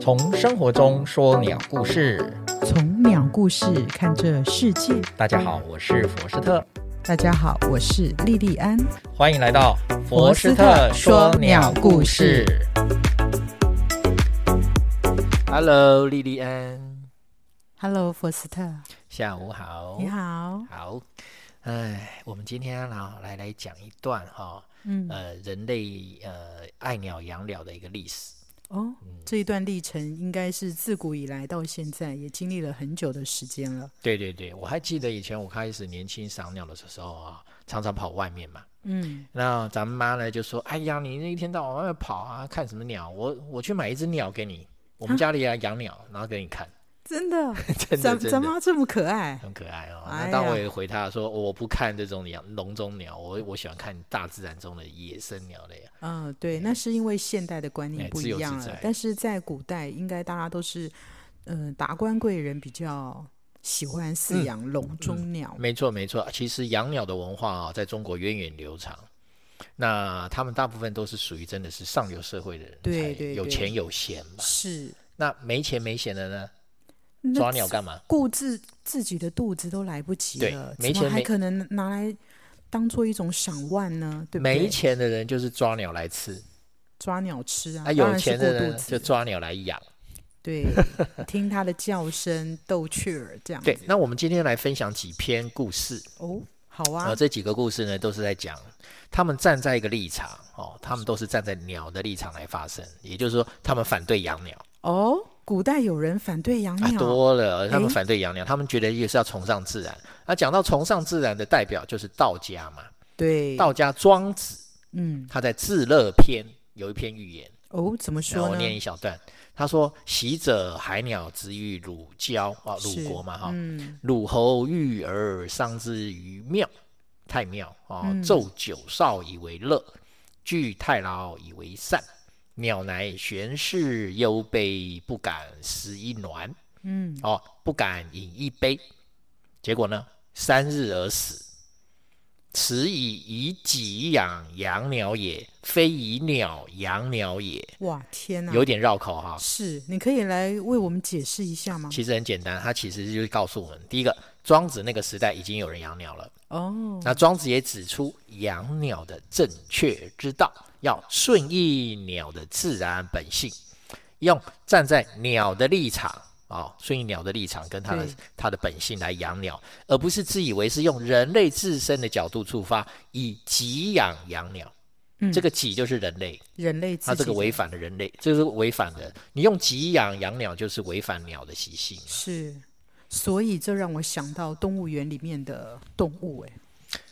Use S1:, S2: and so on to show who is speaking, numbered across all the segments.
S1: 从生活中说鸟故事。
S2: 从鸟故事看这世界。
S1: 大家好，我是佛斯特，
S2: 大家好，我是莉莉安。
S1: 欢迎来到
S2: 佛斯特说鸟故事。
S1: Hello，莉莉安，
S2: Hello，佛斯特，
S1: 下午好。
S2: 你。好。
S1: 好，哎，我们今天啊来来讲一段哈、
S2: 嗯，
S1: 呃，人类呃爱鸟养鸟的一个历史。
S2: 哦，这一段历程应该是自古以来到现在，也经历了很久的时间了。
S1: 对对对，我还记得以前我开始年轻赏鸟的时候啊，常常跑外面嘛。
S2: 嗯，
S1: 那咱们妈呢就说：“哎呀，你那一天到晚外面跑啊，看什么鸟？我我去买一只鸟给你，我们家里也养鸟，然后给你看，
S2: 真的，
S1: 真的
S2: 咱
S1: 真
S2: 咱
S1: 的
S2: 妈这么可爱。
S1: 很可爱哦。”那
S2: 哎呀
S1: 当我也回他说：“哦我不看这种鸟，笼中鸟，我我喜欢看大自然中的野生鸟类啊。
S2: 嗯，对，那是因为现代的观
S1: 哎
S2: 念不
S1: 自
S2: 一
S1: 由
S2: 样
S1: 自
S2: 了
S1: 在，
S2: 但是在古代，应该大家都是，嗯、达官贵人比较喜欢饲
S1: 嗯
S2: 养笼中鸟。
S1: 没错没错，其实养鸟的文化啊，在中国源远流长。那他们大部分都是属于真的是上流社会的人，
S2: 对
S1: 才
S2: 对
S1: 有
S2: 对
S1: 钱有闲嘛。
S2: 是，
S1: 那没钱没闲的呢，
S2: 那
S1: 抓鸟干嘛？
S2: 顾自自己的肚子都来不及
S1: 对
S2: 了，
S1: 没
S2: 怎
S1: 钱
S2: 么还
S1: 没
S2: 可能拿来当做一种赏万呢？对不对？
S1: 没钱的人就是抓鸟来吃。
S2: 抓鸟吃啊，
S1: 啊，
S2: 当
S1: 有
S2: 然是
S1: 钱的
S2: 顾肚
S1: 人就
S2: 子。
S1: 抓鸟来养。
S2: 对， 听它的叫声逗趣儿这样
S1: 对
S2: 子，
S1: 那我们今天来分享几篇故事，
S2: 哦，好
S1: 啊、
S2: 啊，
S1: 这几个故事呢，都是在讲他们站在一个立场哦，他们都是站在鸟的立场来发声，也就是说，他们反对养鸟
S2: 哦，古代有人反对养
S1: 啊，
S2: 鸟，
S1: 多了，他们
S2: 诶
S1: 反对养鸟，他们觉得也是要崇尚自然。那、讲到崇尚自然的代表就是道家嘛，
S2: 对，
S1: 道家庄子
S2: 嗯，
S1: 他在《至乐篇》有一篇寓言，
S2: 哦，怎么
S1: 然后
S2: 说
S1: 我念
S2: 呢？
S1: 一小段，他说：“习者海鸟之于鲁郊啊，鲁
S2: 是
S1: 国嘛哈。
S2: 嗯，
S1: 鲁侯遇而伤之于庙，太庙啊
S2: 嗯，
S1: 奏九少以为乐，聚太牢以为善。鸟乃悬视忧悲，不敢食一暖，
S2: 嗯，
S1: 哦，不敢饮一杯。结果呢，三日而死。此以以己养养鸟也，非以鸟养鸟也。
S2: 哇，天哪，
S1: 有点绕口哈、
S2: 是，你可以来为我们解释一下吗？
S1: 其实很简单，它其实就是告诉我们，第一个，庄子那个时代已经有人养鸟了。
S2: 哦，
S1: 那庄子也指出养鸟的正确之道，要顺应鸟的自然本性，用站在鸟的立场啊、哦顺应鸟的立场跟它的
S2: 对
S1: 它的本性来养鸟，而不是自以为是用人类自身的角度出发，以给养养鸟。
S2: 嗯
S1: 这个己就是人类，
S2: 人类自
S1: 它
S2: 己
S1: 这个
S2: 的
S1: 违反了人类，这是违反了你用给养养鸟就是违反鸟的习性。
S2: 是，所以这让我想到动物园里面的动物、欸，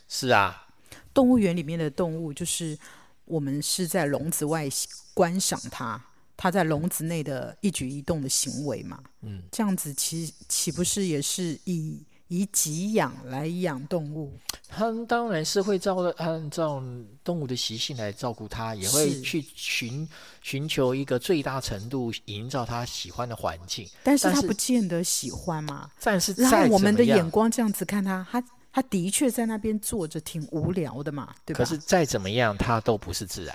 S1: 是啊，
S2: 动物园里面的动物就是我们是在笼子外观赏它，它在笼子内的一举一动的行为嘛，
S1: 嗯，
S2: 这样子岂岂不是也是以以给养来养动物？
S1: 他们当然是会照按照动物的习性来照顾它，也会
S2: 是
S1: 去寻寻求一个最大程度营造它喜欢的环境。
S2: 但是
S1: 但
S2: 它
S1: 是
S2: 不见得喜欢嘛。
S1: 但是
S2: 然后
S1: 再
S2: 我
S1: 怎
S2: 们的
S1: 么样
S2: 眼光这样子看它，它它的确在那边坐着挺无聊的嘛，对吧？
S1: 可是再怎么样，它都不是自然。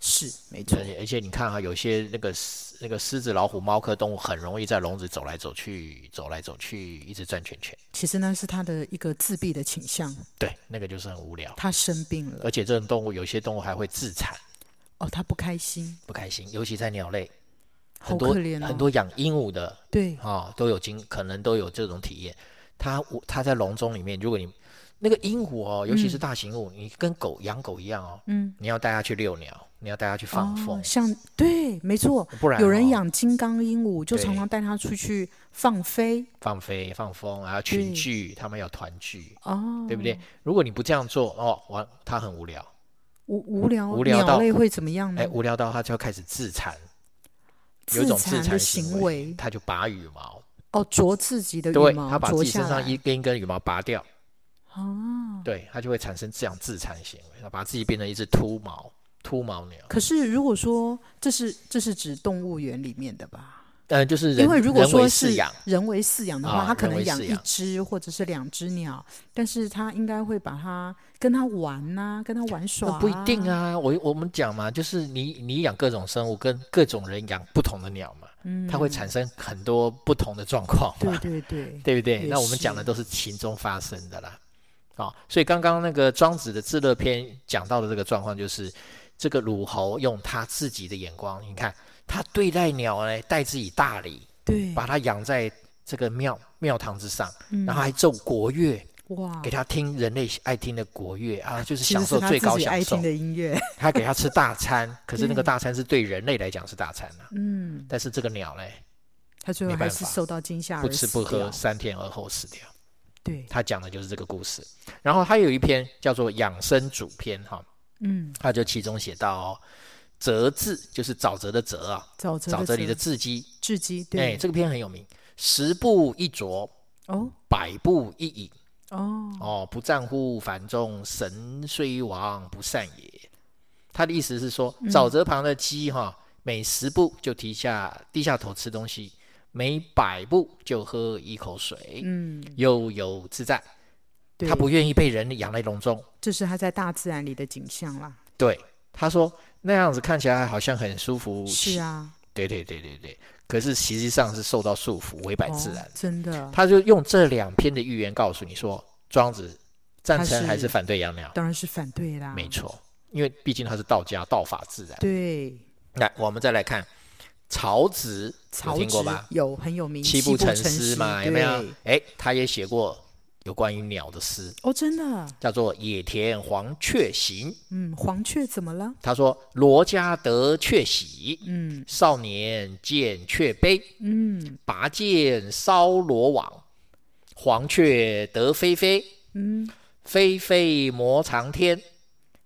S2: 是没错
S1: 而，且而且你看啊，有些那个狮那个狮子、老虎、猫科动物很容易在笼子走来走去，走来走去，一直转圈圈。
S2: 其实那是它的一个自闭的倾向，
S1: 对，那个就是很无聊。
S2: 它生病了。
S1: 而且这种动物，有些动物还会自残，
S2: 哦，他不开心，
S1: 不开心，尤其在鸟类，
S2: 好
S1: 很多
S2: 可怜哦。
S1: 很多养鹦鹉的
S2: 对，
S1: 哦，都有经可能都有这种体验。它我它在笼中里面，如果你那个鹦鹉哦，尤其是大型鹦鹉，你跟狗养狗一样哦，
S2: 嗯，
S1: 你要带它去遛鸟，你要带它去放风，
S2: 哦、像对，没错，
S1: 不然、
S2: 有人养金刚鹦鹉，就
S1: 对
S2: 常常带它出去放飞
S1: 放飞放风，然后群
S2: 对
S1: 聚，他们要团聚，
S2: 哦，
S1: 对不对？如果你不这样做哦，完它很无聊，
S2: 无无聊，
S1: 无聊到
S2: 鸟类会怎么样呢
S1: 哎，？无聊到它就要开始自残，有一
S2: 嗯自
S1: 种自
S2: 的
S1: 残为
S2: 行为，，
S1: 它就拔羽毛，
S2: 哦，啄自己的
S1: 对，
S2: 羽毛，
S1: 它把自
S2: 啄
S1: 己
S2: 下
S1: 身上
S2: 来
S1: 一根一根羽毛拔掉，
S2: 哦。
S1: 对，它就会产生这样自残行为，它把自己变成一只秃毛秃毛鸟。
S2: 可是如果说这是这是指动物园里面的吧？
S1: 呃，就是人
S2: 因为如果
S1: 人为
S2: 说
S1: 饲
S2: 是
S1: 养，
S2: 人为饲养的
S1: 啊
S2: 话，它可
S1: 人
S2: 能
S1: 为
S2: 养
S1: 饲
S2: 一
S1: 养
S2: 只或者是两只鸟，但是它应该会把它跟它玩呐，跟它玩耍
S1: 那
S2: 啊，
S1: 不一定啊。我我们讲嘛，就是你你养各种生物，跟各种人养不同的鸟嘛。嗯，它会产生很多不同的状况嘛，
S2: 对对对，
S1: 对不对？
S2: 也
S1: 那我们讲的都是情中发生的啦。啊，所以刚刚那个庄子的《自乐篇》讲到的这个状况，就是这个鲁侯用他自己的眼光，你看他对待鸟呢，待之以大礼，
S2: 对，
S1: 把它养在这个庙庙堂之上，
S2: 嗯
S1: 然后还奏国乐，
S2: 哇
S1: 给，他听人类爱听的国乐啊，就是
S2: 其
S1: 享
S2: 实
S1: 受
S2: 是他
S1: 最
S2: 自
S1: 高
S2: 己
S1: 享
S2: 爱
S1: 受
S2: 听。的嗯音乐，
S1: 他给他吃大餐，可是那个
S2: 对
S1: 大餐是对人类来讲是大餐啊，
S2: 嗯，
S1: 但是这个鸟嘞，
S2: 他最后
S1: 没
S2: 还
S1: 办
S2: 是
S1: 法
S2: 受到惊吓而
S1: 不吃
S2: 死
S1: 不喝，
S2: 掉
S1: 三天而后死掉。
S2: 对，
S1: 他讲的就是这个故事。然后他有一篇叫做《养生主篇》哈，
S2: 嗯，
S1: 他就其中写到、哦，折字就是沼泽的泽啊，
S2: 沼泽
S1: 沼泽里的
S2: 泽
S1: 雉鸡，
S2: 雉鸡，
S1: 哎，
S2: 对，
S1: 这个篇很有名，十步一啄，
S2: 哦
S1: 百步一饮，
S2: 哦，
S1: 哦，不战乎繁重，神虽亡不善也。他的意思是说，
S2: 嗯
S1: 沼泽旁的鸡哈、每十步就低下低下头吃东西，每百步就喝一口水，
S2: 嗯，
S1: 悠游自在。
S2: 对
S1: 他，不愿意被人养在笼中。
S2: 这是他在大自然里的景象啦，
S1: 对，他说那样子看起来好像很舒服，
S2: 是啊，
S1: 对对对对对。可是实际上是受到束缚，违反
S2: 哦
S1: 自然。
S2: 真的，
S1: 他就用这两篇的寓言告诉你说，庄子赞
S2: 他
S1: 成还是
S2: 是
S1: 反对养鸟？
S2: 当然是反对啦，
S1: 没，错，因为毕竟它是道家，道法自然。
S2: 对，
S1: 来，我们再来看曹植，有
S2: 曹
S1: 听过
S2: 植
S1: 吧？
S2: 有很有名，
S1: 七
S2: 步
S1: 步成
S2: 诗
S1: 诗嘛，有没有
S2: 对？
S1: 哎，他也写过有关于鸟的诗，
S2: 哦，真的，
S1: 叫做《野田黄雀行》。
S2: 嗯，黄雀怎么了？
S1: 他说：“罗家得雀喜，
S2: 嗯
S1: 少年见雀悲。
S2: 嗯
S1: 拔剑烧罗网，黄雀得飞飞。
S2: 嗯，
S1: 飞飞摩长天，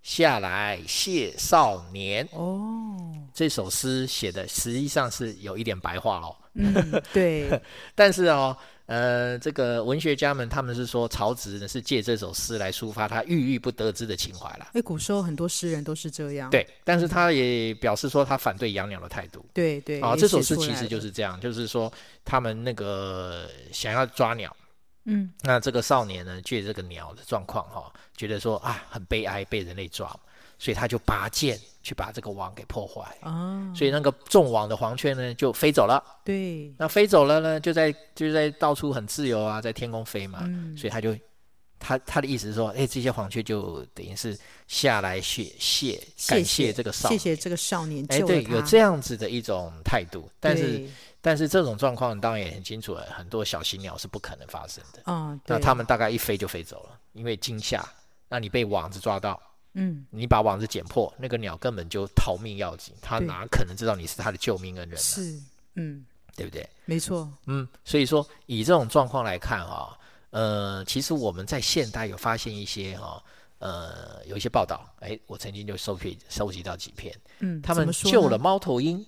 S1: 下来谢少年。”
S2: 哦，
S1: 这首诗写的实际上是有一点白话哦，
S2: 嗯，对，
S1: 但是哦，呃，这个文学家们他们是说曹植呢是借这首诗来抒发他郁郁不得志的情怀啦。
S2: 哎，古时候很多诗人都是这样，
S1: 对，但是他也表示说他反对养鸟的态度。
S2: 对对，
S1: 啊，
S2: 也
S1: 这首
S2: 写
S1: 诗
S2: 出
S1: 其
S2: 来
S1: 实就
S2: 了，
S1: 是这样，就是说他们那个想要抓鸟，
S2: 嗯，
S1: 那这个少年呢，借这个鸟的状况哈、觉得说啊很悲哀被人类抓，所以他就拔剑去把这个网给破坏，
S2: 啊，
S1: 所以那个中网的黄雀呢就飞走了。
S2: 对，
S1: 那飞走了呢，就在就在到处很自由啊，在天空飞嘛，
S2: 嗯
S1: 所以他就他他的意思是说，哎、这些黄雀就等于是下来谢谢感谢这个少
S2: 谢
S1: 年，
S2: 谢这个少年
S1: 哎、
S2: 救了
S1: 对，
S2: 他，
S1: 有这样子的一种态度，但是
S2: 对
S1: 但是这种状况当然也很清楚了，很多小型鸟是不可能发生的，
S2: 啊，
S1: 那
S2: 对
S1: 他们大概一飞就飞走了，因为惊吓，那你被网子抓到。
S2: 嗯
S1: 你把网子剪破，那个鸟根本就逃命要紧，它
S2: 对
S1: 哪可能知道你是它的救命恩人、啊，
S2: 是嗯
S1: 对不对？
S2: 没错，
S1: 嗯，所以说以这种状况来看啊、呃，其实我们在现代有发现一些哈、呃，有一些报道，哎，我曾经就收集收集到几篇，
S2: 嗯，
S1: 他
S2: 怎
S1: 们
S2: 么说
S1: 救
S2: 呢
S1: 了猫头鹰，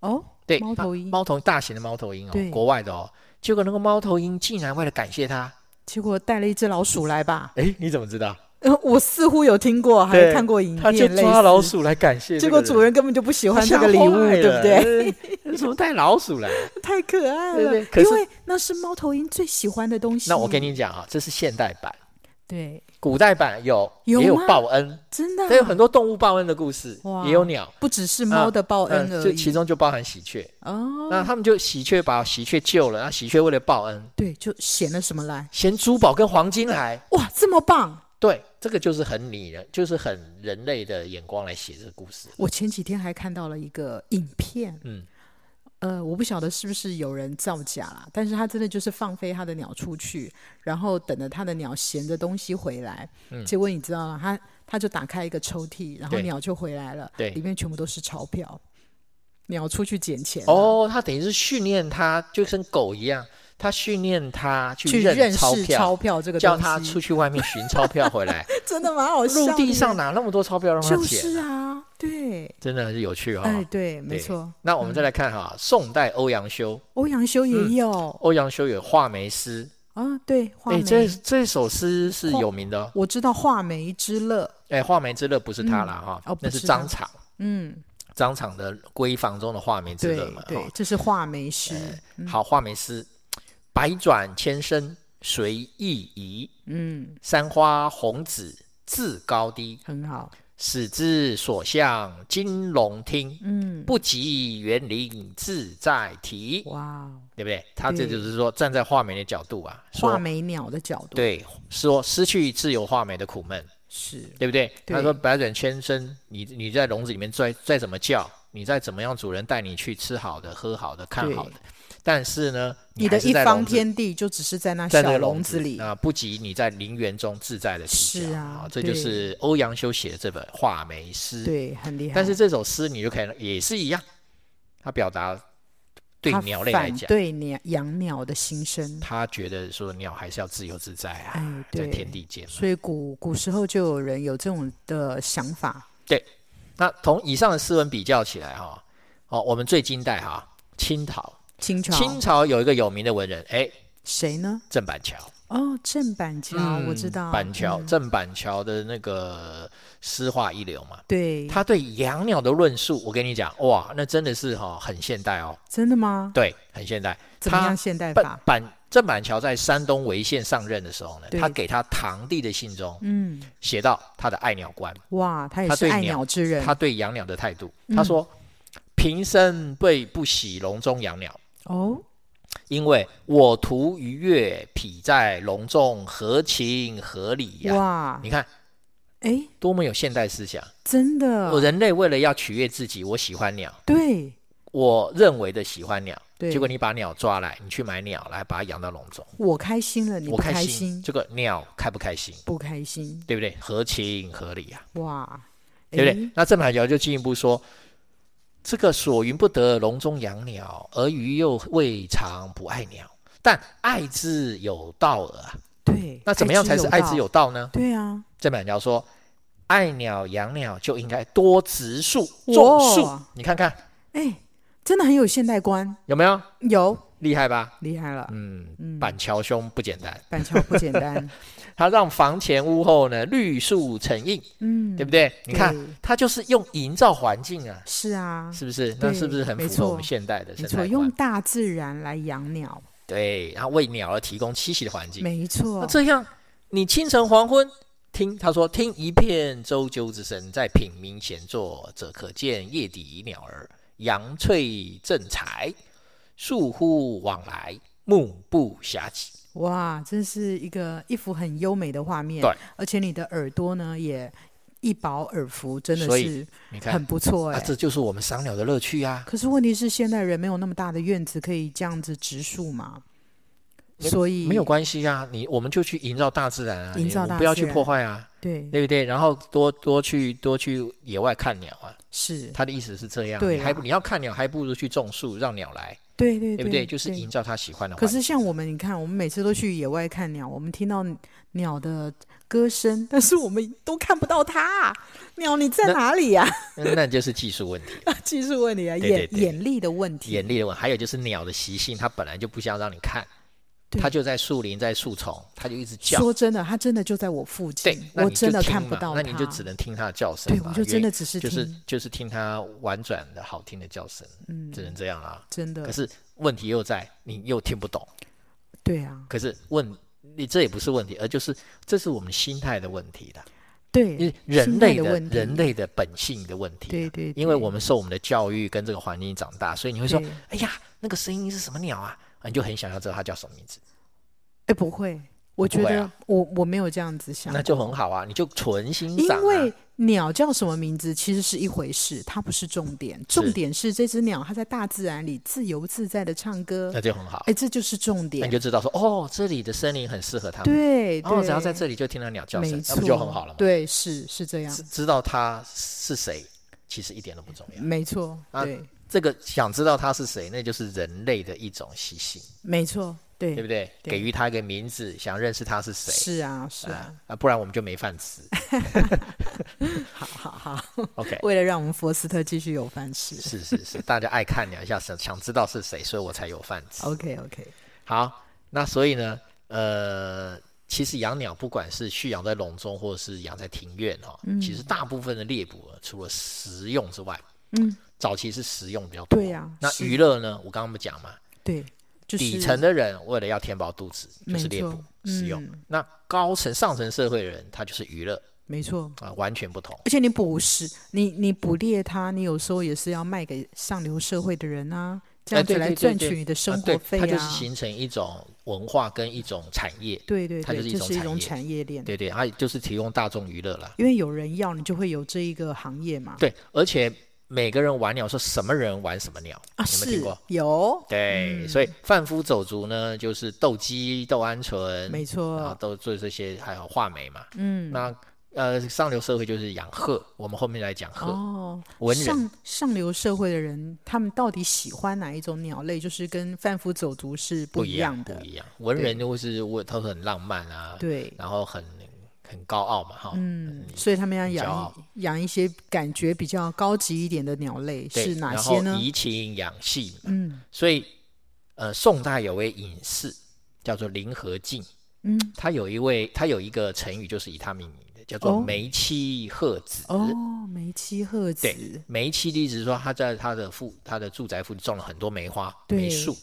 S2: 哦，
S1: 对，
S2: 猫头鹰
S1: 猫头大型的猫头鹰哦
S2: 对，
S1: 国外的哦，结果那个猫头鹰竟然为了感谢他，
S2: 结果带了一只老鼠来吧，
S1: 哎，你怎么知道？
S2: 呃我似乎有听过，还
S1: 对
S2: 看过影片，
S1: 他就抓老，鼠来感谢这
S2: 结
S1: 个
S2: 果
S1: 人，
S2: 主人根本就不喜
S1: 喜
S2: 欢这个礼物，对 不对？
S1: 对？为什么带老鼠来？
S2: 太可爱
S1: 对
S2: 了，
S1: 对可是
S2: 因为那是猫头鹰最喜欢的东西。
S1: 那我跟你讲啊，这是现代版，
S2: 对，
S1: 古代版有
S2: 有
S1: 也有
S2: 吗
S1: 报恩，
S2: 真的啊、
S1: 它有很多动物报恩的故事
S2: 哇，
S1: 也有鸟。
S2: 不只是猫的报恩
S1: 嗯
S2: 而
S1: 就
S2: 已。
S1: 其中就包含喜鹊。
S2: 哦，
S1: 那他们就喜鹊把喜鹊救了，那喜鹊为了报恩，
S2: 对，就显了什么来？
S1: 衔珠宝跟黄金来。
S2: 哇，这么棒！
S1: 对，这个就是很拟人，就是很人类的眼光来写这个故事。
S2: 我前几天还看到了一个影片，
S1: 嗯，
S2: 呃，我不晓得是不是有人造假啦，但是他真的就是放飞他的鸟出去，然后等着他的鸟衔着东西回来，结果你知道吗？他他就打开一个抽屉，然
S1: 嗯
S2: 后
S1: 对
S2: 鸟就回来了，
S1: 对
S2: 里面全部都是钞票，鸟出去捡钱了，
S1: 哦，他等于是训练它，就跟狗一样，他训练它
S2: 去
S1: 认
S2: 认
S1: 钞
S2: 识
S1: 票，
S2: 钞票这个
S1: 叫
S2: 东西，
S1: 它出去外面寻钞票回 来。
S2: 真的蛮好笑的
S1: 陆地上哪那么多钞票让它捡？
S2: 就是啊，对，
S1: 真的是有趣哦。
S2: 哎，对，没
S1: 对
S2: 错，嗯
S1: 那我们再来看哈，宋代欧阳修，
S2: 欧阳修
S1: 嗯
S2: 也有、
S1: 欧阳修有画眉诗，
S2: 啊，对，画
S1: 哎，
S2: 眉，
S1: 这这首诗是有名的哦。
S2: 我知道画眉之乐，
S1: 哎，画眉之乐不是他啦，哈、
S2: 哦不
S1: 那是
S2: 是他
S1: 张敞，
S2: 嗯，
S1: 张敞的闺房中的画眉之
S2: 对
S1: 乐嘛，
S2: 对
S1: 哈，
S2: 这是画眉诗，
S1: 好，画眉诗，百转千声随意移，
S2: 嗯，
S1: 山花红紫自高低，
S2: 很好，
S1: 始之所向金龙听，
S2: 嗯，
S1: 不及园林自在啼，
S2: 哇，
S1: 对不对？他这
S2: 对
S1: 就是说站在画眉的角度啊，
S2: 画
S1: 说
S2: 眉鸟的角度，，
S1: 对，说失去自由画眉的苦闷，
S2: 是，
S1: 对不对？
S2: 对
S1: 他说百转千声，你你在笼子里面再再怎么叫，你再怎么样，主人带你去吃好的、喝好的、看好的，但是呢，
S2: 你
S1: 还
S2: 的
S1: 是
S2: 一
S1: 在
S2: 方
S1: 笼子
S2: 天地就只是在那
S1: 在那
S2: 呃小
S1: 个
S2: 笼
S1: 子
S2: 子里，
S1: 啊，不及你在林园中自在的啼
S2: 是
S1: 叫
S2: 啊
S1: 哎这就
S2: 对
S1: 是欧阳修写的这本《画眉诗》。
S2: 对，很厉害。
S1: 但是这首诗你就看，也是一样，他表达对
S2: 它
S1: 鸟类
S2: 反
S1: 来讲，
S2: 对鸟养鸟的心声，
S1: 他觉得说鸟还是要自由自在啊，
S2: 哎，
S1: 在
S2: 对，
S1: 天地间。
S2: 所以古古时候就有人有这种的想法，
S1: 那同以上的诗文比较起来哈，哦，我们最近代哈，清朝，
S2: 清朝
S1: 清朝有一个有名的文人，哎，
S2: 谁呢？
S1: 郑板桥。
S2: 哦，郑板桥，我
S1: 嗯
S2: 知道，
S1: 板桥，
S2: 嗯
S1: 郑板桥的那个诗画一流嘛。
S2: 对，
S1: 他对养鸟的论述，我跟你讲，哇，那真的是哈、很现代哦，
S2: 真的吗？
S1: 对，很现代。
S2: 怎么
S1: 他
S2: 样现代
S1: 板
S2: 法？
S1: 板郑板桥在山东潍县上任的时候呢，
S2: 对
S1: 他给他堂弟的信中
S2: 嗯，
S1: 写到他的爱鸟观，
S2: 哇，他也
S1: 他
S2: 是
S1: 对
S2: 爱
S1: 鸟
S2: 鸟之人，
S1: 他对养鸟的态度。
S2: 嗯
S1: 他说：“平生辈不喜笼中养鸟，
S2: 哦，
S1: 因为我图愉悦，匹在笼中，合情合理呀、
S2: 哇，
S1: 你看
S2: 哎，
S1: 多么有现代思想！
S2: 真
S1: 我
S2: 的，
S1: 人类为了要取悦自己，我喜欢鸟，
S2: 对
S1: 我认为的喜欢鸟。
S2: 对，
S1: 结果你把鸟抓来，你去买鸟来，把它养到笼中，
S2: 我开心了，你
S1: 我
S2: 不
S1: 开
S2: 开
S1: 心。
S2: 心，
S1: 这个鸟开不开心，
S2: 不开心，
S1: 对不对？合情合理啊，
S2: 哇，
S1: 对不对
S2: 诶？？
S1: 那郑板桥就进一步说，这个所云不得笼中养鸟，而鱼又未尝不爱鸟，但爱之有道耳啊。
S2: 对，
S1: 那怎么样才是爱之
S2: 道？
S1: 有道呢？
S2: 对啊，
S1: 郑板桥说，爱鸟养鸟就应该多植树、种树
S2: 哇。
S1: 你看看
S2: 哎，真的很有现代观，
S1: 有没有
S2: 有
S1: 厉害吧？
S2: 厉害了，
S1: 嗯，
S2: 嗯，
S1: 板桥兄不简单。
S2: 板桥不简 单，
S1: 他让房前屋后呢绿树成荫，
S2: 嗯，
S1: 对不对？你看，
S2: 对
S1: 他就是用营造环境啊，
S2: 是啊，
S1: 是不是？那
S2: 对
S1: 是不是很
S2: 没
S1: 符合我
S2: 错
S1: 们现代的
S2: 没
S1: 生
S2: 错，
S1: 态
S2: 用
S1: 观？
S2: 大自然来养鸟，
S1: 对，然后为鸟儿提供栖息的环境。
S2: 没
S1: 那
S2: 错，
S1: 这样，你清晨黄昏听他说，听一片周鸠之声，在品茗闲坐，则可见夜底鸟儿扬翠振彩，树呼往来，目不暇及。
S2: 哇，真是一个一幅很优美的画面，
S1: 对，
S2: 而且你的耳朵呢也一饱耳福，真的
S1: 所以
S2: 是
S1: 你看
S2: 很，不错
S1: 啊，
S2: 哎、
S1: 这就是我们赏鸟的乐趣啊。
S2: 可是问题是，现代人没有那么大的院子可以这样子植树嘛，
S1: 没
S2: 所以
S1: 没有关系啊，你我们就去营造大自然啊，
S2: 营造
S1: 你
S2: 大
S1: 不要
S2: 自
S1: 去破
S2: 然嗯
S1: 坏啊，
S2: 对，
S1: 对不对？然后多多去多去野外看鸟啊，
S2: 是，
S1: 他的意思是这样，
S2: 对
S1: 你还
S2: 啊
S1: 不你要看鸟，还不如去种树，让鸟来，
S2: 对对
S1: 对不对？就是营造他喜欢的
S2: 可
S1: 环境。
S2: 是像我们，你看，我们每次都去野外看鸟，我们听到鸟的歌声， 但是我们都看不到它、鸟，你在
S1: 那
S2: 哪里呀、
S1: 嗯那那就是技术问题，
S2: 技术问题啊，
S1: 对对
S2: 眼
S1: 对
S2: 眼力的问题。
S1: 眼力的问题，还有就是鸟的习性，它本来就不想让你看，
S2: 对
S1: 它就在树林，在树丛，它就一直叫。
S2: 说真的，它真的就在我附
S1: 对
S2: 近，，
S1: 那
S2: 我
S1: 你就
S2: 真的
S1: 听
S2: 看不
S1: 嘛
S2: 到
S1: 那
S2: 它。
S1: 你就只能听它的叫声
S2: 对，
S1: 嘛
S2: 我就真
S1: 因为
S2: 的只是听，
S1: 就是就是听它婉转的好听的叫声，
S2: 嗯，
S1: 只能这样啊啦、
S2: 真
S1: 可
S2: 的，
S1: 是问题又在你又听不懂，
S2: 对啊，
S1: 可是问你这也不是问题，而就是这是我们心态的问题啦，因
S2: 对，
S1: 为人
S2: 心态
S1: 类
S2: 的
S1: 的
S2: 问题
S1: 人类的本性的问题。
S2: 对对，
S1: 因为
S2: 对
S1: 我们受我们的教育跟这个环境长大，所以你会说
S2: 对，
S1: 哎呀，那个声音是什么鸟啊？啊你就很想要知道它叫什么名字，
S2: 哎不会，我
S1: 不
S2: 觉
S1: 会
S2: 得
S1: 啊
S2: 我我没有这样子想
S1: 那，就很好啊，你就纯欣赏、啊。
S2: 因为鸟叫什么名字其实是一回事，它不是重点，重点是这只鸟它在大自然里自由自在的唱歌
S1: 那，就很好，
S2: 哎，这就是重
S1: 那你
S2: 点。
S1: 就知道说，哦，这里的森林很适合它们，
S2: 对，
S1: 然后只要在
S2: 对
S1: 这里就听到鸟叫
S2: 没
S1: 声，那
S2: 错，
S1: 不就很好了吗？
S2: 对，啊是是这样
S1: 知，知道它是谁，其实一点都不重要。
S2: 没错，
S1: 啊
S2: 对，
S1: 这个想知道他是谁，那就是人类的一种习性，
S2: 没错，对
S1: 对不对？
S2: 对
S1: 给予他一个名字，想认识他是谁，
S2: 是啊，是啊，
S1: 啊啊，不然我们就没饭 吃。哎
S2: 好好 好，
S1: OK，
S2: 为了让我们佛斯特继续有饭吃。
S1: 是是是，大家爱看鸟一下，想想知道是谁，所以我才有饭吃。
S2: OK OK，
S1: 哦好，那所以呢，呃，其实养鸟不管是蓄养在笼中，或者是养在庭院哈、哦，其实大部分的猎捕啊除了食用之外，
S2: 嗯，
S1: 早期是食用比较多。
S2: 对呀、
S1: 那
S2: 是
S1: 娱乐呢？我刚刚不讲嘛，
S2: 对，就是
S1: 底层的人为了要填饱肚子，就是
S2: 没
S1: 猎捕
S2: 错
S1: 使用。
S2: 嗯
S1: 那高层上层社会的人，他就是娱乐，
S2: 没错。
S1: 啊、完全不同。
S2: 而且你捕食，你你捕猎它，你有时候也是要卖给上流社会的人啊，这
S1: 哎
S2: 样
S1: 对
S2: 子来
S1: 对对
S2: 赚
S1: 对啊
S2: 取你的生
S1: 对
S2: 活费啊
S1: 它就是形成一种文化跟一种产业，
S2: 对对
S1: 它就
S2: 对，
S1: 是一
S2: 这
S1: 种
S2: 是一
S1: 产
S2: 种
S1: 业
S2: 产业链，
S1: 对对，它就是提供大众娱乐了。
S2: 因为有人要，你就会有这一个行业嘛。
S1: 对，而且每个人玩鸟是什么人玩什么鸟，
S2: 啊，
S1: 有没有听
S2: 是嗯
S1: 过？
S2: 有，
S1: 对，所以贩夫走卒呢，就是斗鸡、斗鹌鹑，
S2: 没
S1: 然后
S2: 错，
S1: 都做这些，还有画眉嘛。嗯，那呃，上流社会就是养鹤，我们后面来讲鹤。
S2: 哦，
S1: 文人
S2: 上上流社会的人，他们到底喜欢哪一种鸟类，就是跟贩夫走卒是
S1: 不
S2: 一
S1: 样，
S2: 样
S1: 不
S2: 的。
S1: 一样。文
S2: 对
S1: 人就是我，他很浪漫啊，
S2: 对，
S1: 然后很很高傲嘛，哈，
S2: 嗯，所以他们要
S1: 很骄
S2: 养
S1: 傲
S2: 一养一些感觉比较高级一点的鸟类，
S1: 对，
S2: 是哪
S1: 然
S2: 些
S1: 后
S2: 呢？
S1: 怡情养性，
S2: 嗯
S1: 所以呃，宋代有位隐士叫做林和靖，
S2: 嗯，
S1: 他有一位，他有一个成语就是以他命名的，叫做
S2: 哦
S1: 梅妻鹤子。
S2: 哦，梅妻鹤子，
S1: 梅妻的意思是说，他在他的附他的住宅附近种了很多梅花、
S2: 对
S1: 梅树，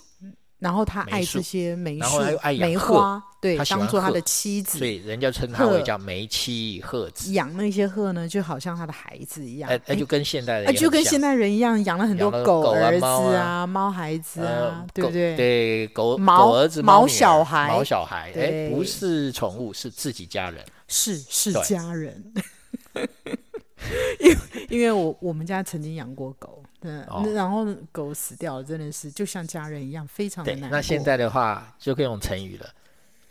S2: 然后他
S1: 梅
S2: 爱
S1: 树
S2: 这些梅
S1: 然
S2: 树
S1: 后他又爱、养
S2: 梅
S1: 鹤
S2: 花，对
S1: 他，喜
S2: 当
S1: 欢
S2: 做他
S1: 鹤
S2: 的妻
S1: 所
S2: 子。
S1: 以人家称他
S2: 鹤
S1: 为叫梅妻鹤子。
S2: 养那些鹤呢，就好像他的孩子一样，
S1: 哎哎，就跟现代人
S2: 啊，
S1: 也
S2: 就
S1: 很
S2: 跟
S1: 像
S2: 现代人一样，养了很多
S1: 养了狗啊
S2: 儿子
S1: 猫啊
S2: 猫孩子
S1: 呃，
S2: 啊对不
S1: 狗
S2: 对？
S1: 对，狗
S2: 毛
S1: 狗儿子、
S2: 毛
S1: 猫女儿
S2: 小孩
S1: 毛小孩，哎，
S2: 对
S1: 不是宠物，是自己家人。
S2: 是是
S1: 对
S2: 家人。 因为因为我我们家曾经养过狗，嗯，
S1: 哦
S2: 那然后狗死掉了，真的是就像家人一样，非常的
S1: 对，
S2: 难过。
S1: 那现在的话就可以用成语了，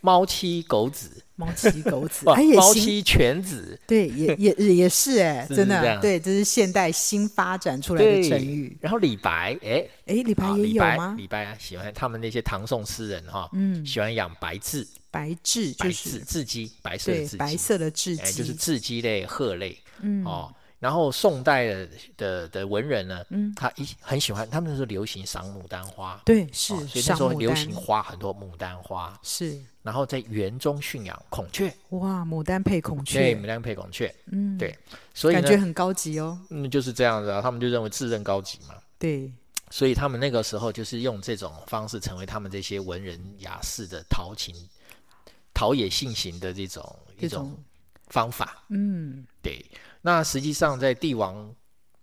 S1: 猫妻狗子，
S2: 猫妻狗子，
S1: 哇
S2: 哎，也
S1: 猫
S2: 行，
S1: 妻犬子。
S2: 对，也也也也是哎、
S1: 是不是
S2: 真
S1: 这
S2: 的，
S1: 样
S2: 对，这是现代新发展出来的
S1: 对
S2: 成语。
S1: 然后李白，哎，
S2: 哎，李白
S1: 啊，
S2: 也
S1: 李
S2: 有
S1: 白
S2: 吗？
S1: 李白啊喜欢他们那些唐宋诗人哈，嗯，喜欢养白雉，
S2: 白雉
S1: 白
S2: 就是
S1: 雉雉鸡，白色的
S2: 对
S1: 雉
S2: 白
S1: 鸡，
S2: 色的雉鸡，
S1: 哎，就是雉鸡类、鹤类，嗯，哦。然后宋代的的的文人呢，嗯，他一很喜欢，他们那时候流行赏牡丹花，
S2: 对是、
S1: 哦所以那
S2: 赏
S1: 时候
S2: 牡
S1: 流行
S2: 丹
S1: 花很多牡丹花，
S2: 是
S1: 然后在园中驯养孔雀，
S2: 哇，牡丹配孔
S1: 对，
S2: 雀
S1: 牡，丹配孔雀，嗯，对，所以
S2: 感
S1: 呢
S2: 觉，很高级哦。
S1: 嗯，就是这样子啊，他们就认为自认高级嘛，
S2: 对，
S1: 所以他们那个时候就是用这种方式成为他们这些文人雅士的陶情、陶冶性情的这种一
S2: 这
S1: 种
S2: 种
S1: 方法。
S2: 嗯，
S1: 对，那实际上在帝王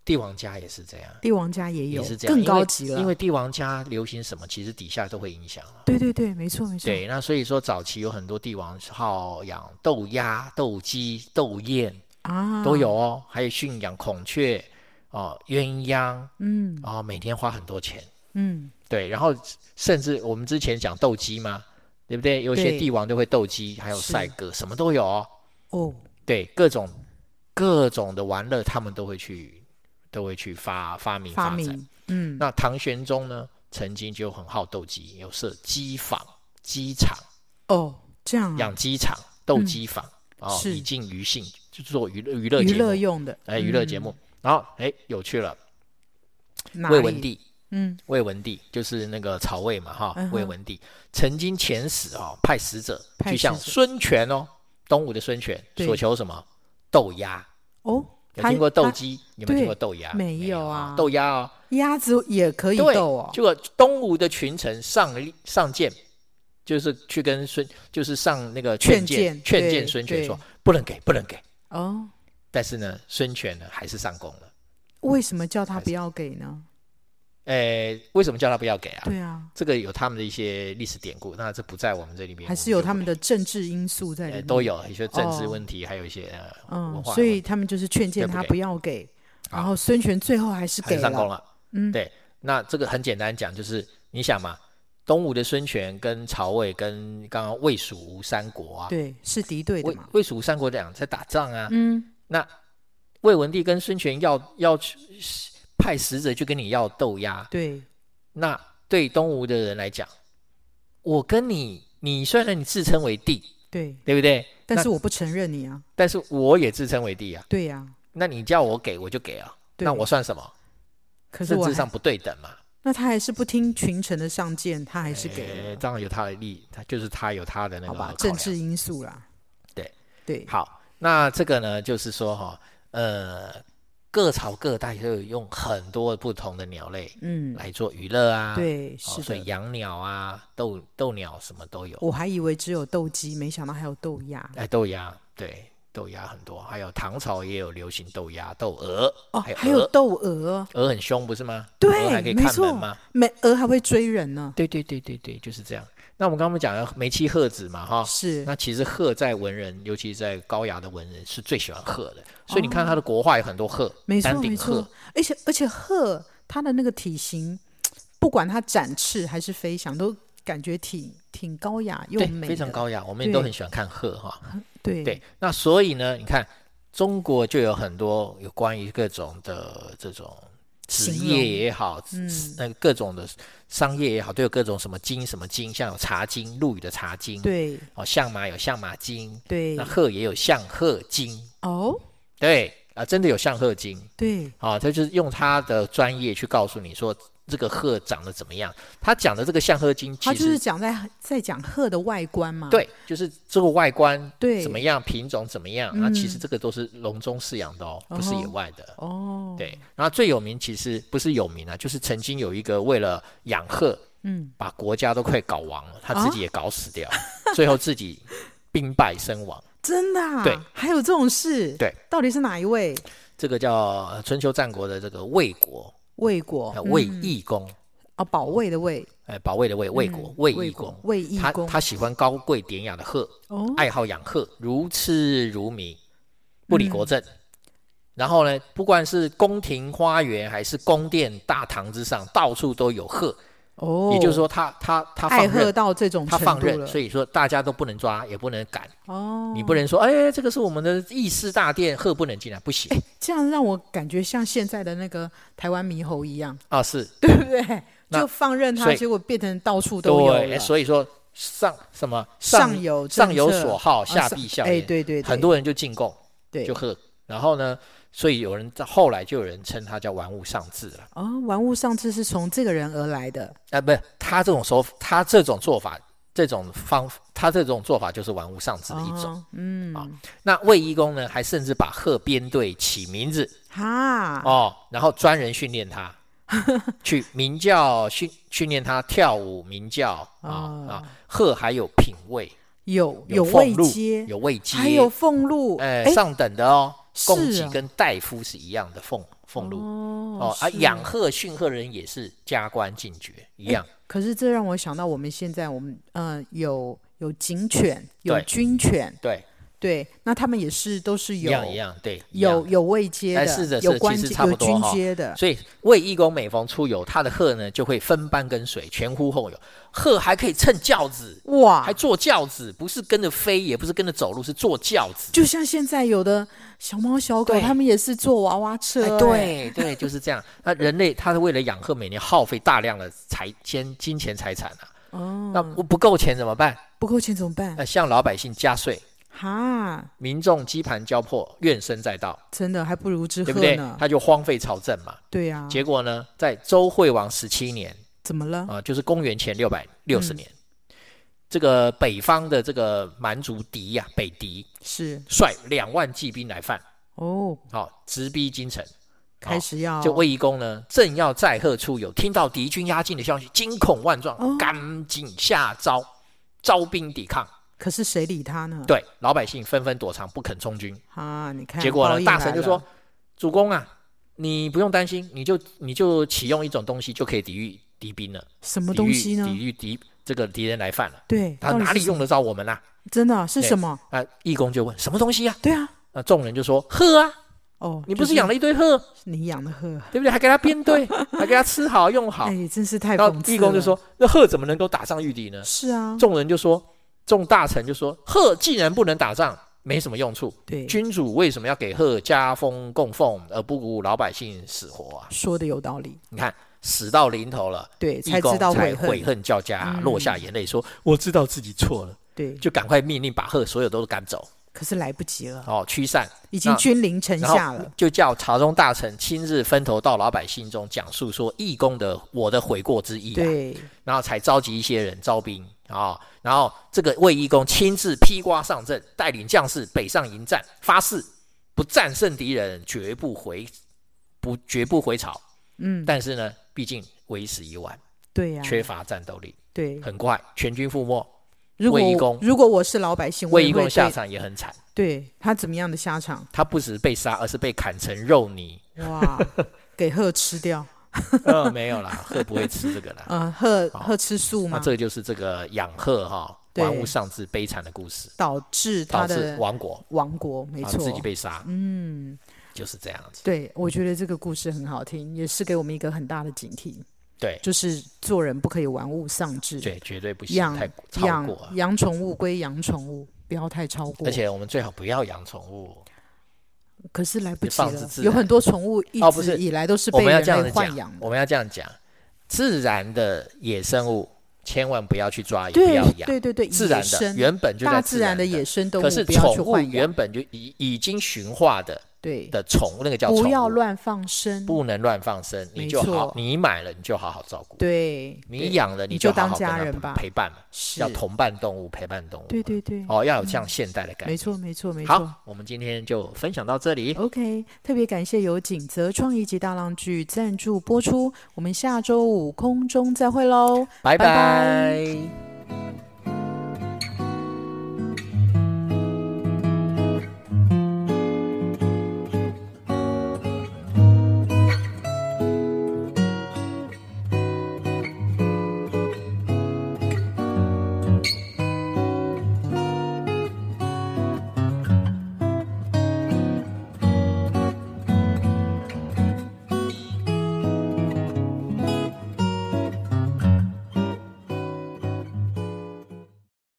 S1: 帝王家也是这样，
S2: 帝王家也
S1: 也
S2: 有，
S1: 是这样，
S2: 更
S1: 因为
S2: 高级了。
S1: 因为帝王家流行什么，其实底下都会影响啊。
S2: 对对对，没错没错，
S1: 对，那所以说早期有很多帝王号养斗鸭、斗鸡、斗雁
S2: 啊，
S1: 都有哦，还有驯养孔雀哦、鸳鸯
S2: 嗯
S1: 哦，每天花很多钱。
S2: 嗯，
S1: 对，然后甚至我们之前讲斗鸡嘛，对不对？有些
S2: 对
S1: 帝王都会斗鸡，还有
S2: 是
S1: 赛鸽，什么都有哦。
S2: 哦，
S1: 对，各种各种的玩乐，他们都会去都会去发发明
S2: 发
S1: 展。
S2: 明，嗯，
S1: 那唐玄宗呢，曾经就很好斗鸡，有设鸡坊、鸡场、
S2: 哦，这样啊，
S1: 养鸡场、斗鸡坊，哦，
S2: 嗯是
S1: 以尽娱兴，就做娱乐娱乐
S2: 娱
S1: 节
S2: 乐
S1: 目，
S2: 用的，嗯
S1: 哎，娱乐节目。然后哎，有趣了，
S2: 哪
S1: 魏文
S2: 里，
S1: 帝
S2: 嗯，
S1: 魏文帝就是那个曹魏嘛，哈
S2: 嗯，哼
S1: 魏文帝曾经遣使哦，派使者
S2: 派
S1: 去
S2: 使
S1: 向
S2: 者
S1: 孙权哦，东吴的孙权
S2: 对
S1: 所求什么？斗鸭。
S2: 哦，
S1: 有
S2: 他
S1: 听过斗
S2: 他
S1: 鸡？有没有
S2: 对
S1: 听过斗鸭？
S2: 没有
S1: 有
S2: 啊
S1: 斗鸭哦。
S2: 鸭子也可以
S1: 对
S2: 斗哦，
S1: 结果东吴的群臣上上谏，就是去跟孙，就是上那个劝
S2: 劝
S1: 谏，
S2: 谏
S1: 劝
S2: 对
S1: 谏孙权
S2: 对
S1: 说不能给，不能给。
S2: 哦，
S1: 但是呢，孙权呢还是上供了。
S2: 为什么叫他不要给呢？
S1: 诶，为什么叫他不要给啊？
S2: 对啊，
S1: 这个有他们的一些历史典故，那这不在我们这里面，
S2: 还
S1: 我
S2: 是有
S1: 就不
S2: 他们的政治因素在里
S1: 呃，
S2: 面，
S1: 哎都，有一些政治
S2: 哦
S1: 问题，还有一些呃文化的问
S2: 嗯，
S1: 题，
S2: 所以他们就是劝
S1: 对
S2: 谏
S1: 不
S2: 他
S1: 给
S2: 不要给，然
S1: 好
S2: 后孙权最后还是
S1: 还
S2: 给
S1: 是上供
S2: 了，
S1: 了。
S2: 嗯
S1: 对。那这个很简单讲，就是你想嘛，东吴的孙权跟曹魏跟刚刚魏蜀吴三国啊，
S2: 对，是敌对的
S1: 魏
S2: 嘛，
S1: 魏蜀吴三国两在打仗啊，
S2: 嗯，
S1: 那魏文帝跟孙权要要去派使者去跟你要斗鸭，
S2: 对，
S1: 那对东吴的人来讲，我跟你，你虽然你自称为帝，
S2: 对，
S1: 对不对？
S2: 但
S1: 那
S2: 是我不承认你啊，
S1: 但是我也自称为帝啊，
S2: 对呀、
S1: 那你叫我给我就给啊，
S2: 对
S1: 那我算什么？
S2: 可是
S1: 政
S2: 我
S1: 治
S2: 还
S1: 上不对等嘛。
S2: 那他还是不听群臣的上谏，他还是给了，
S1: 呃当然有他的利，他就是他有他的那个
S2: 好吧，
S1: 考
S2: 政
S1: 量
S2: 治因素啦。
S1: 对
S2: 对，
S1: 好，那这个呢，就是说哈、呃，各朝各代都有用很多不同的鸟类
S2: 嗯，
S1: 来做娱乐啊，哦，
S2: 对，是
S1: 所
S2: 的。
S1: 以养鸟啊、斗斗鸟什么都有，
S2: 我还以为只有斗鸡，没想到还有斗鸭。
S1: 哎，斗鸭，对，豆芽很多，还有唐朝也有流行豆芽、豆鹅，
S2: 哦，还
S1: 还有
S2: 有
S1: 鹅，
S2: 窦娥，
S1: 鹅很凶不是吗？鹅还可
S2: 对，
S1: 以
S2: 没
S1: 看
S2: 错
S1: 门吗？，
S2: 没鹅还会追人呢，
S1: 对对对对对，就是这样。那我们刚刚讲了梅妻鹤子嘛，哈，
S2: 是
S1: 那其实鹤在文人，尤其在高雅的文人是最喜欢鹤的，所以你看他的国画有很多鹤，
S2: 哦没错
S1: 丹
S2: 没
S1: 顶
S2: 错
S1: 鹤，，
S2: 而且而且鹤它的那个体型，不管它展翅还是飞翔，都感觉挺挺高雅又
S1: 对，
S2: 美，
S1: 非常，高雅，我们也都
S2: 对
S1: 很喜欢看鹤哈。
S2: 对
S1: 对，那所以呢，你看中国就有很多有关于各种的这种职
S2: 形
S1: 业
S2: 容嗯
S1: 也好，那、各种的商业也好，都有各种什么经什么经，像有茶经，陆羽的茶经，，
S2: 对
S1: 哦，象马有象马经，
S2: 对
S1: 那鹤也有象鹤经，
S2: 哦
S1: 对啊，真的有象鹤经
S2: 对
S1: 啊，他就是用他的专业去告诉你说。这个鹤长得怎么样？他讲的这个象鹤经，
S2: 他
S1: 其
S2: 就
S1: 实
S2: 是讲在在讲鹤的外观嘛。
S1: 对，啊就是这个外观
S2: 对嗯
S1: 怎么样，品种怎么样，那、其实这个都是笼中饲养的哦，不是野外的。
S2: 哦，
S1: 对，然后最有名其实不是有名啊，就是曾经有一个为了养鹤，
S2: 嗯，哦
S1: 把国家都快搞亡了，他自己也搞死掉， 最后自己兵败身亡。
S2: 真的、啊，
S1: 对，
S2: 还有这种事，
S1: 对，
S2: 到底是哪一位？
S1: 这个叫呃春秋战国的这个魏国，
S2: 魏国嗯
S1: 呃魏懿公，
S2: 哦，保卫的魏，
S1: 哎，保卫的魏，魏国魏懿公
S2: 国，，嗯魏义
S1: 他
S2: 公，
S1: 他喜欢高贵典雅的鹤，
S2: 哦，
S1: 爱好养鹤，如痴如迷，
S2: 嗯
S1: 不理国政。然后呢，不管是宫廷花园还是宫殿大堂之上，到处都有鹤。
S2: 哦，
S1: 也就是说他，他他
S2: 爱
S1: 放
S2: 鹤
S1: 任，
S2: 到这种
S1: 他
S2: 程
S1: 放
S2: 度
S1: 任，
S2: 了，
S1: 所以说大家都不能抓，也不能赶。
S2: 哦，
S1: 你不能说，哎，这个是我们的议事大殿，鹤不能进来，不行
S2: 这样让我感觉像现在的那个台湾猕猴一 样，
S1: 啊，是
S2: 对不对？
S1: 那
S2: 就放任它
S1: 所，以
S2: 结果变成到处都有
S1: 对，哎
S2: 了。
S1: 所以说上什么
S2: 上有
S1: 上有
S2: 政策
S1: 所好，
S2: 啊
S1: 下
S2: 上
S1: 必效
S2: 哎，
S1: 焉，
S2: 对对对，
S1: 很多人就进贡。
S2: 对
S1: 就喝。然后呢，所以有人在后来就有人称他叫玩物丧志了。
S2: 哦，玩物丧志是从这个人而来的，
S1: 啊、不是他这种手法，他这种做法，这种方，他这种做法就是玩物丧志的一种。
S2: 哦，嗯，
S1: 那卫懿公呢，还甚至把鹤编队起名字
S2: 哈，
S1: 哦，然后专人训练 他，去鸣教训训练他跳舞鸣教啊
S2: 哦
S1: 啊，鹤还有品味，
S2: 有
S1: 俸
S2: 位
S1: 禄，
S2: 阶，
S1: 有位阶，
S2: 还有俸禄，
S1: 哎、
S2: 哎，
S1: 上等的哦，供给
S2: 是啊
S1: 跟大夫是一样的俸俸禄。
S2: 哦
S1: 哦啊，
S2: 是
S1: 养鹤驯鹤人也是加官进爵一样，
S2: 可是这让我想到我们现在我们嗯有有警犬，有
S1: 对
S2: 军犬，
S1: 对，
S2: 对，那他们也是都是
S1: 一
S2: 有
S1: 样一样，对，一样
S2: 有。有位阶
S1: 哎
S2: 的，
S1: 是的是
S2: 有
S1: 的
S2: 官
S1: 其实
S2: 阶
S1: 差不
S2: 有
S1: 多
S2: 军
S1: 哈
S2: 阶的，
S1: 所以魏义公每逢出游，他的鹤呢就会分班跟随，前呼后拥。鹤还可以乘轿子，
S2: 哇
S1: 还，坐轿子，不是跟着飞，也不是跟着走路，是坐轿子。
S2: 就像现在有的小猫小狗，
S1: 对
S2: 它们也是坐娃娃车、
S1: 哎，
S2: 哎
S1: 对对，就是 这样。那人类他是为了养鹤，每年耗费大量的财金金钱财产啊。
S2: 哦，
S1: 那不不够钱怎么办？
S2: 不够钱怎么办？
S1: 那向老百姓加税，
S2: 哈，
S1: 民众饥盘交迫，怨声载道，
S2: 真的还不如之鹤
S1: 对不对？
S2: 呢。
S1: 他就荒废朝政嘛。
S2: 对啊，
S1: 结果呢，在周惠王十七年
S2: 怎么了？
S1: 啊、就是公元前六百六十年，这个北方的这个蛮族敌呀、北狄
S2: 是
S1: 率两万骑兵来犯，
S2: 哦，
S1: 好、直逼京城。
S2: 开始要
S1: 就卫懿公呢，正要载鹤出游，听到敌军压境的消息，惊恐万
S2: 哦
S1: 状，赶紧下诏，招兵抵抗。
S2: 可是谁理他呢？
S1: 对，老百姓纷纷躲藏，不肯充军。
S2: 啊，你看，
S1: 结果
S2: 报
S1: 呢，
S2: 应
S1: 大臣
S2: 来
S1: 就
S2: 了
S1: 说：“主公啊，你不用担心，你就你就启用一种东西就可以抵御敌兵了。”
S2: 什么
S1: 抵
S2: 东
S1: 御
S2: 西呢？
S1: 抵御敌这个敌人来犯了，
S2: 对，
S1: 他
S2: 到底
S1: 哪
S2: 是
S1: 里用得着我们呐、
S2: 真的是
S1: 对
S2: 什么？
S1: 啊？义工就问什么东西呀、
S2: 对啊，
S1: 啊？众人就说鹤啊，
S2: 哦，
S1: 你
S2: 就
S1: 不
S2: 是
S1: 是养了一堆鹤，
S2: 你养的鹤？
S1: 对不对？还给它编 队，还给它吃好用好。
S2: 哎，真是太
S1: 然后
S2: 讽刺
S1: 义工就
S2: 了
S1: 说，那鹤怎么能够打仗御敌呢：“？
S2: 是啊，
S1: 众人就说，众大臣就说，鹤既然不能打仗，没什么用处。
S2: 对，
S1: 君主为什么要给鹤加封供奉，而不顾老百姓死活啊？
S2: 说的有道理，
S1: 你看，死到临头了，
S2: 对，
S1: 义
S2: 才
S1: 工
S2: 知道
S1: 才
S2: 悔
S1: 悔
S2: 恨，
S1: 恨交加、
S2: 嗯
S1: 落下眼泪说：我知道自己错了。”
S2: 对，
S1: 就赶快命令把鹤所有都赶走，
S2: 可是来不及了，
S1: 哦，驱散，
S2: 已经
S1: 那
S2: 君临城
S1: 然
S2: 下
S1: 后
S2: 了。
S1: 就叫朝中大臣亲自分头到老百姓中讲述说义工的我的悔过之意、啊，
S2: 对，
S1: 然后才召集一些人招兵啊、哦然后这个卫义公亲自披挂上阵，带领将士北上迎战，发誓不战胜敌人，绝不回，不绝不回朝。
S2: 嗯，
S1: 但是呢，毕竟为时已晚，
S2: 对呀，
S1: 缺乏战斗力，
S2: 对，
S1: 很快全军覆没，
S2: 如果
S1: 卫懿公
S2: 如果我是老百姓，我
S1: 卫
S2: 也
S1: 懿
S2: 会
S1: 公下
S2: 对
S1: 场也很惨，
S2: 对他怎么样的下 场？
S1: 他不止被杀，而是被砍成肉泥。
S2: 哇，给鹤吃掉
S1: 呃，没有啦，鹤不会吃这个 啦。
S2: 啊、呃鹤
S1: 好
S2: 鹤吃素
S1: 那
S2: 嘛，
S1: 这就是这个养鹤哈，
S2: 嗯对
S1: 玩物丧志悲惨的故事，
S2: 导致他
S1: 导致
S2: 的
S1: 亡国，
S2: 亡国，没
S1: 啊，
S2: 错
S1: 自。己被杀，嗯，就是这样子。
S2: 对，我觉得这个故事很好听，也是给我们一个很大的警惕，
S1: 对
S2: 就是做人不可以玩物丧志，
S1: 对，绝对不行，
S2: 养
S1: 太超过啊
S2: 养。养宠物归养宠物，不要太超过。
S1: 而且我们最好不要养宠物，
S2: 可是来不及
S1: 放之
S2: 了
S1: 自，
S2: 有
S1: 然
S2: 很多宠物一
S1: 哦不
S2: 直
S1: 是
S2: 以来都是
S1: 我
S2: 被
S1: 们要
S2: 人
S1: 这样
S2: 类
S1: 子
S2: 豢养
S1: 讲，我们要这样讲，自然的野生物千万不要去抓，也不
S2: 对
S1: 要养。
S2: 对对对，
S1: 自然的
S2: 野生
S1: 原本就在
S2: 大自
S1: 然
S2: 的野生动物
S1: 可是
S2: 不要去
S1: 宠物
S2: 豢养，
S1: 原本就已已经驯化的
S2: 对，
S1: 的宠物，那个叫宠物，
S2: 不要乱放生，
S1: 不能乱放生，
S2: 嗯没
S1: 你就好
S2: 错，
S1: 你买了你就好好照顾，
S2: 对，对
S1: 你养了
S2: 你
S1: 就
S2: 就
S1: 好
S2: 当
S1: 好跟
S2: 家
S1: 它
S2: 人吧
S1: 陪伴嘛，
S2: 是
S1: 要同伴动物陪伴动物，
S2: 对对对，
S1: 哦，要有这样现代的感
S2: 没
S1: 觉。
S2: 错没错没错。
S1: 好，我们今天就分享到这里，
S2: OK，特别感谢由锦泽创意及大浪剧赞助播出，我们下周五空中再会喽，
S1: 拜
S2: 拜拜
S1: 拜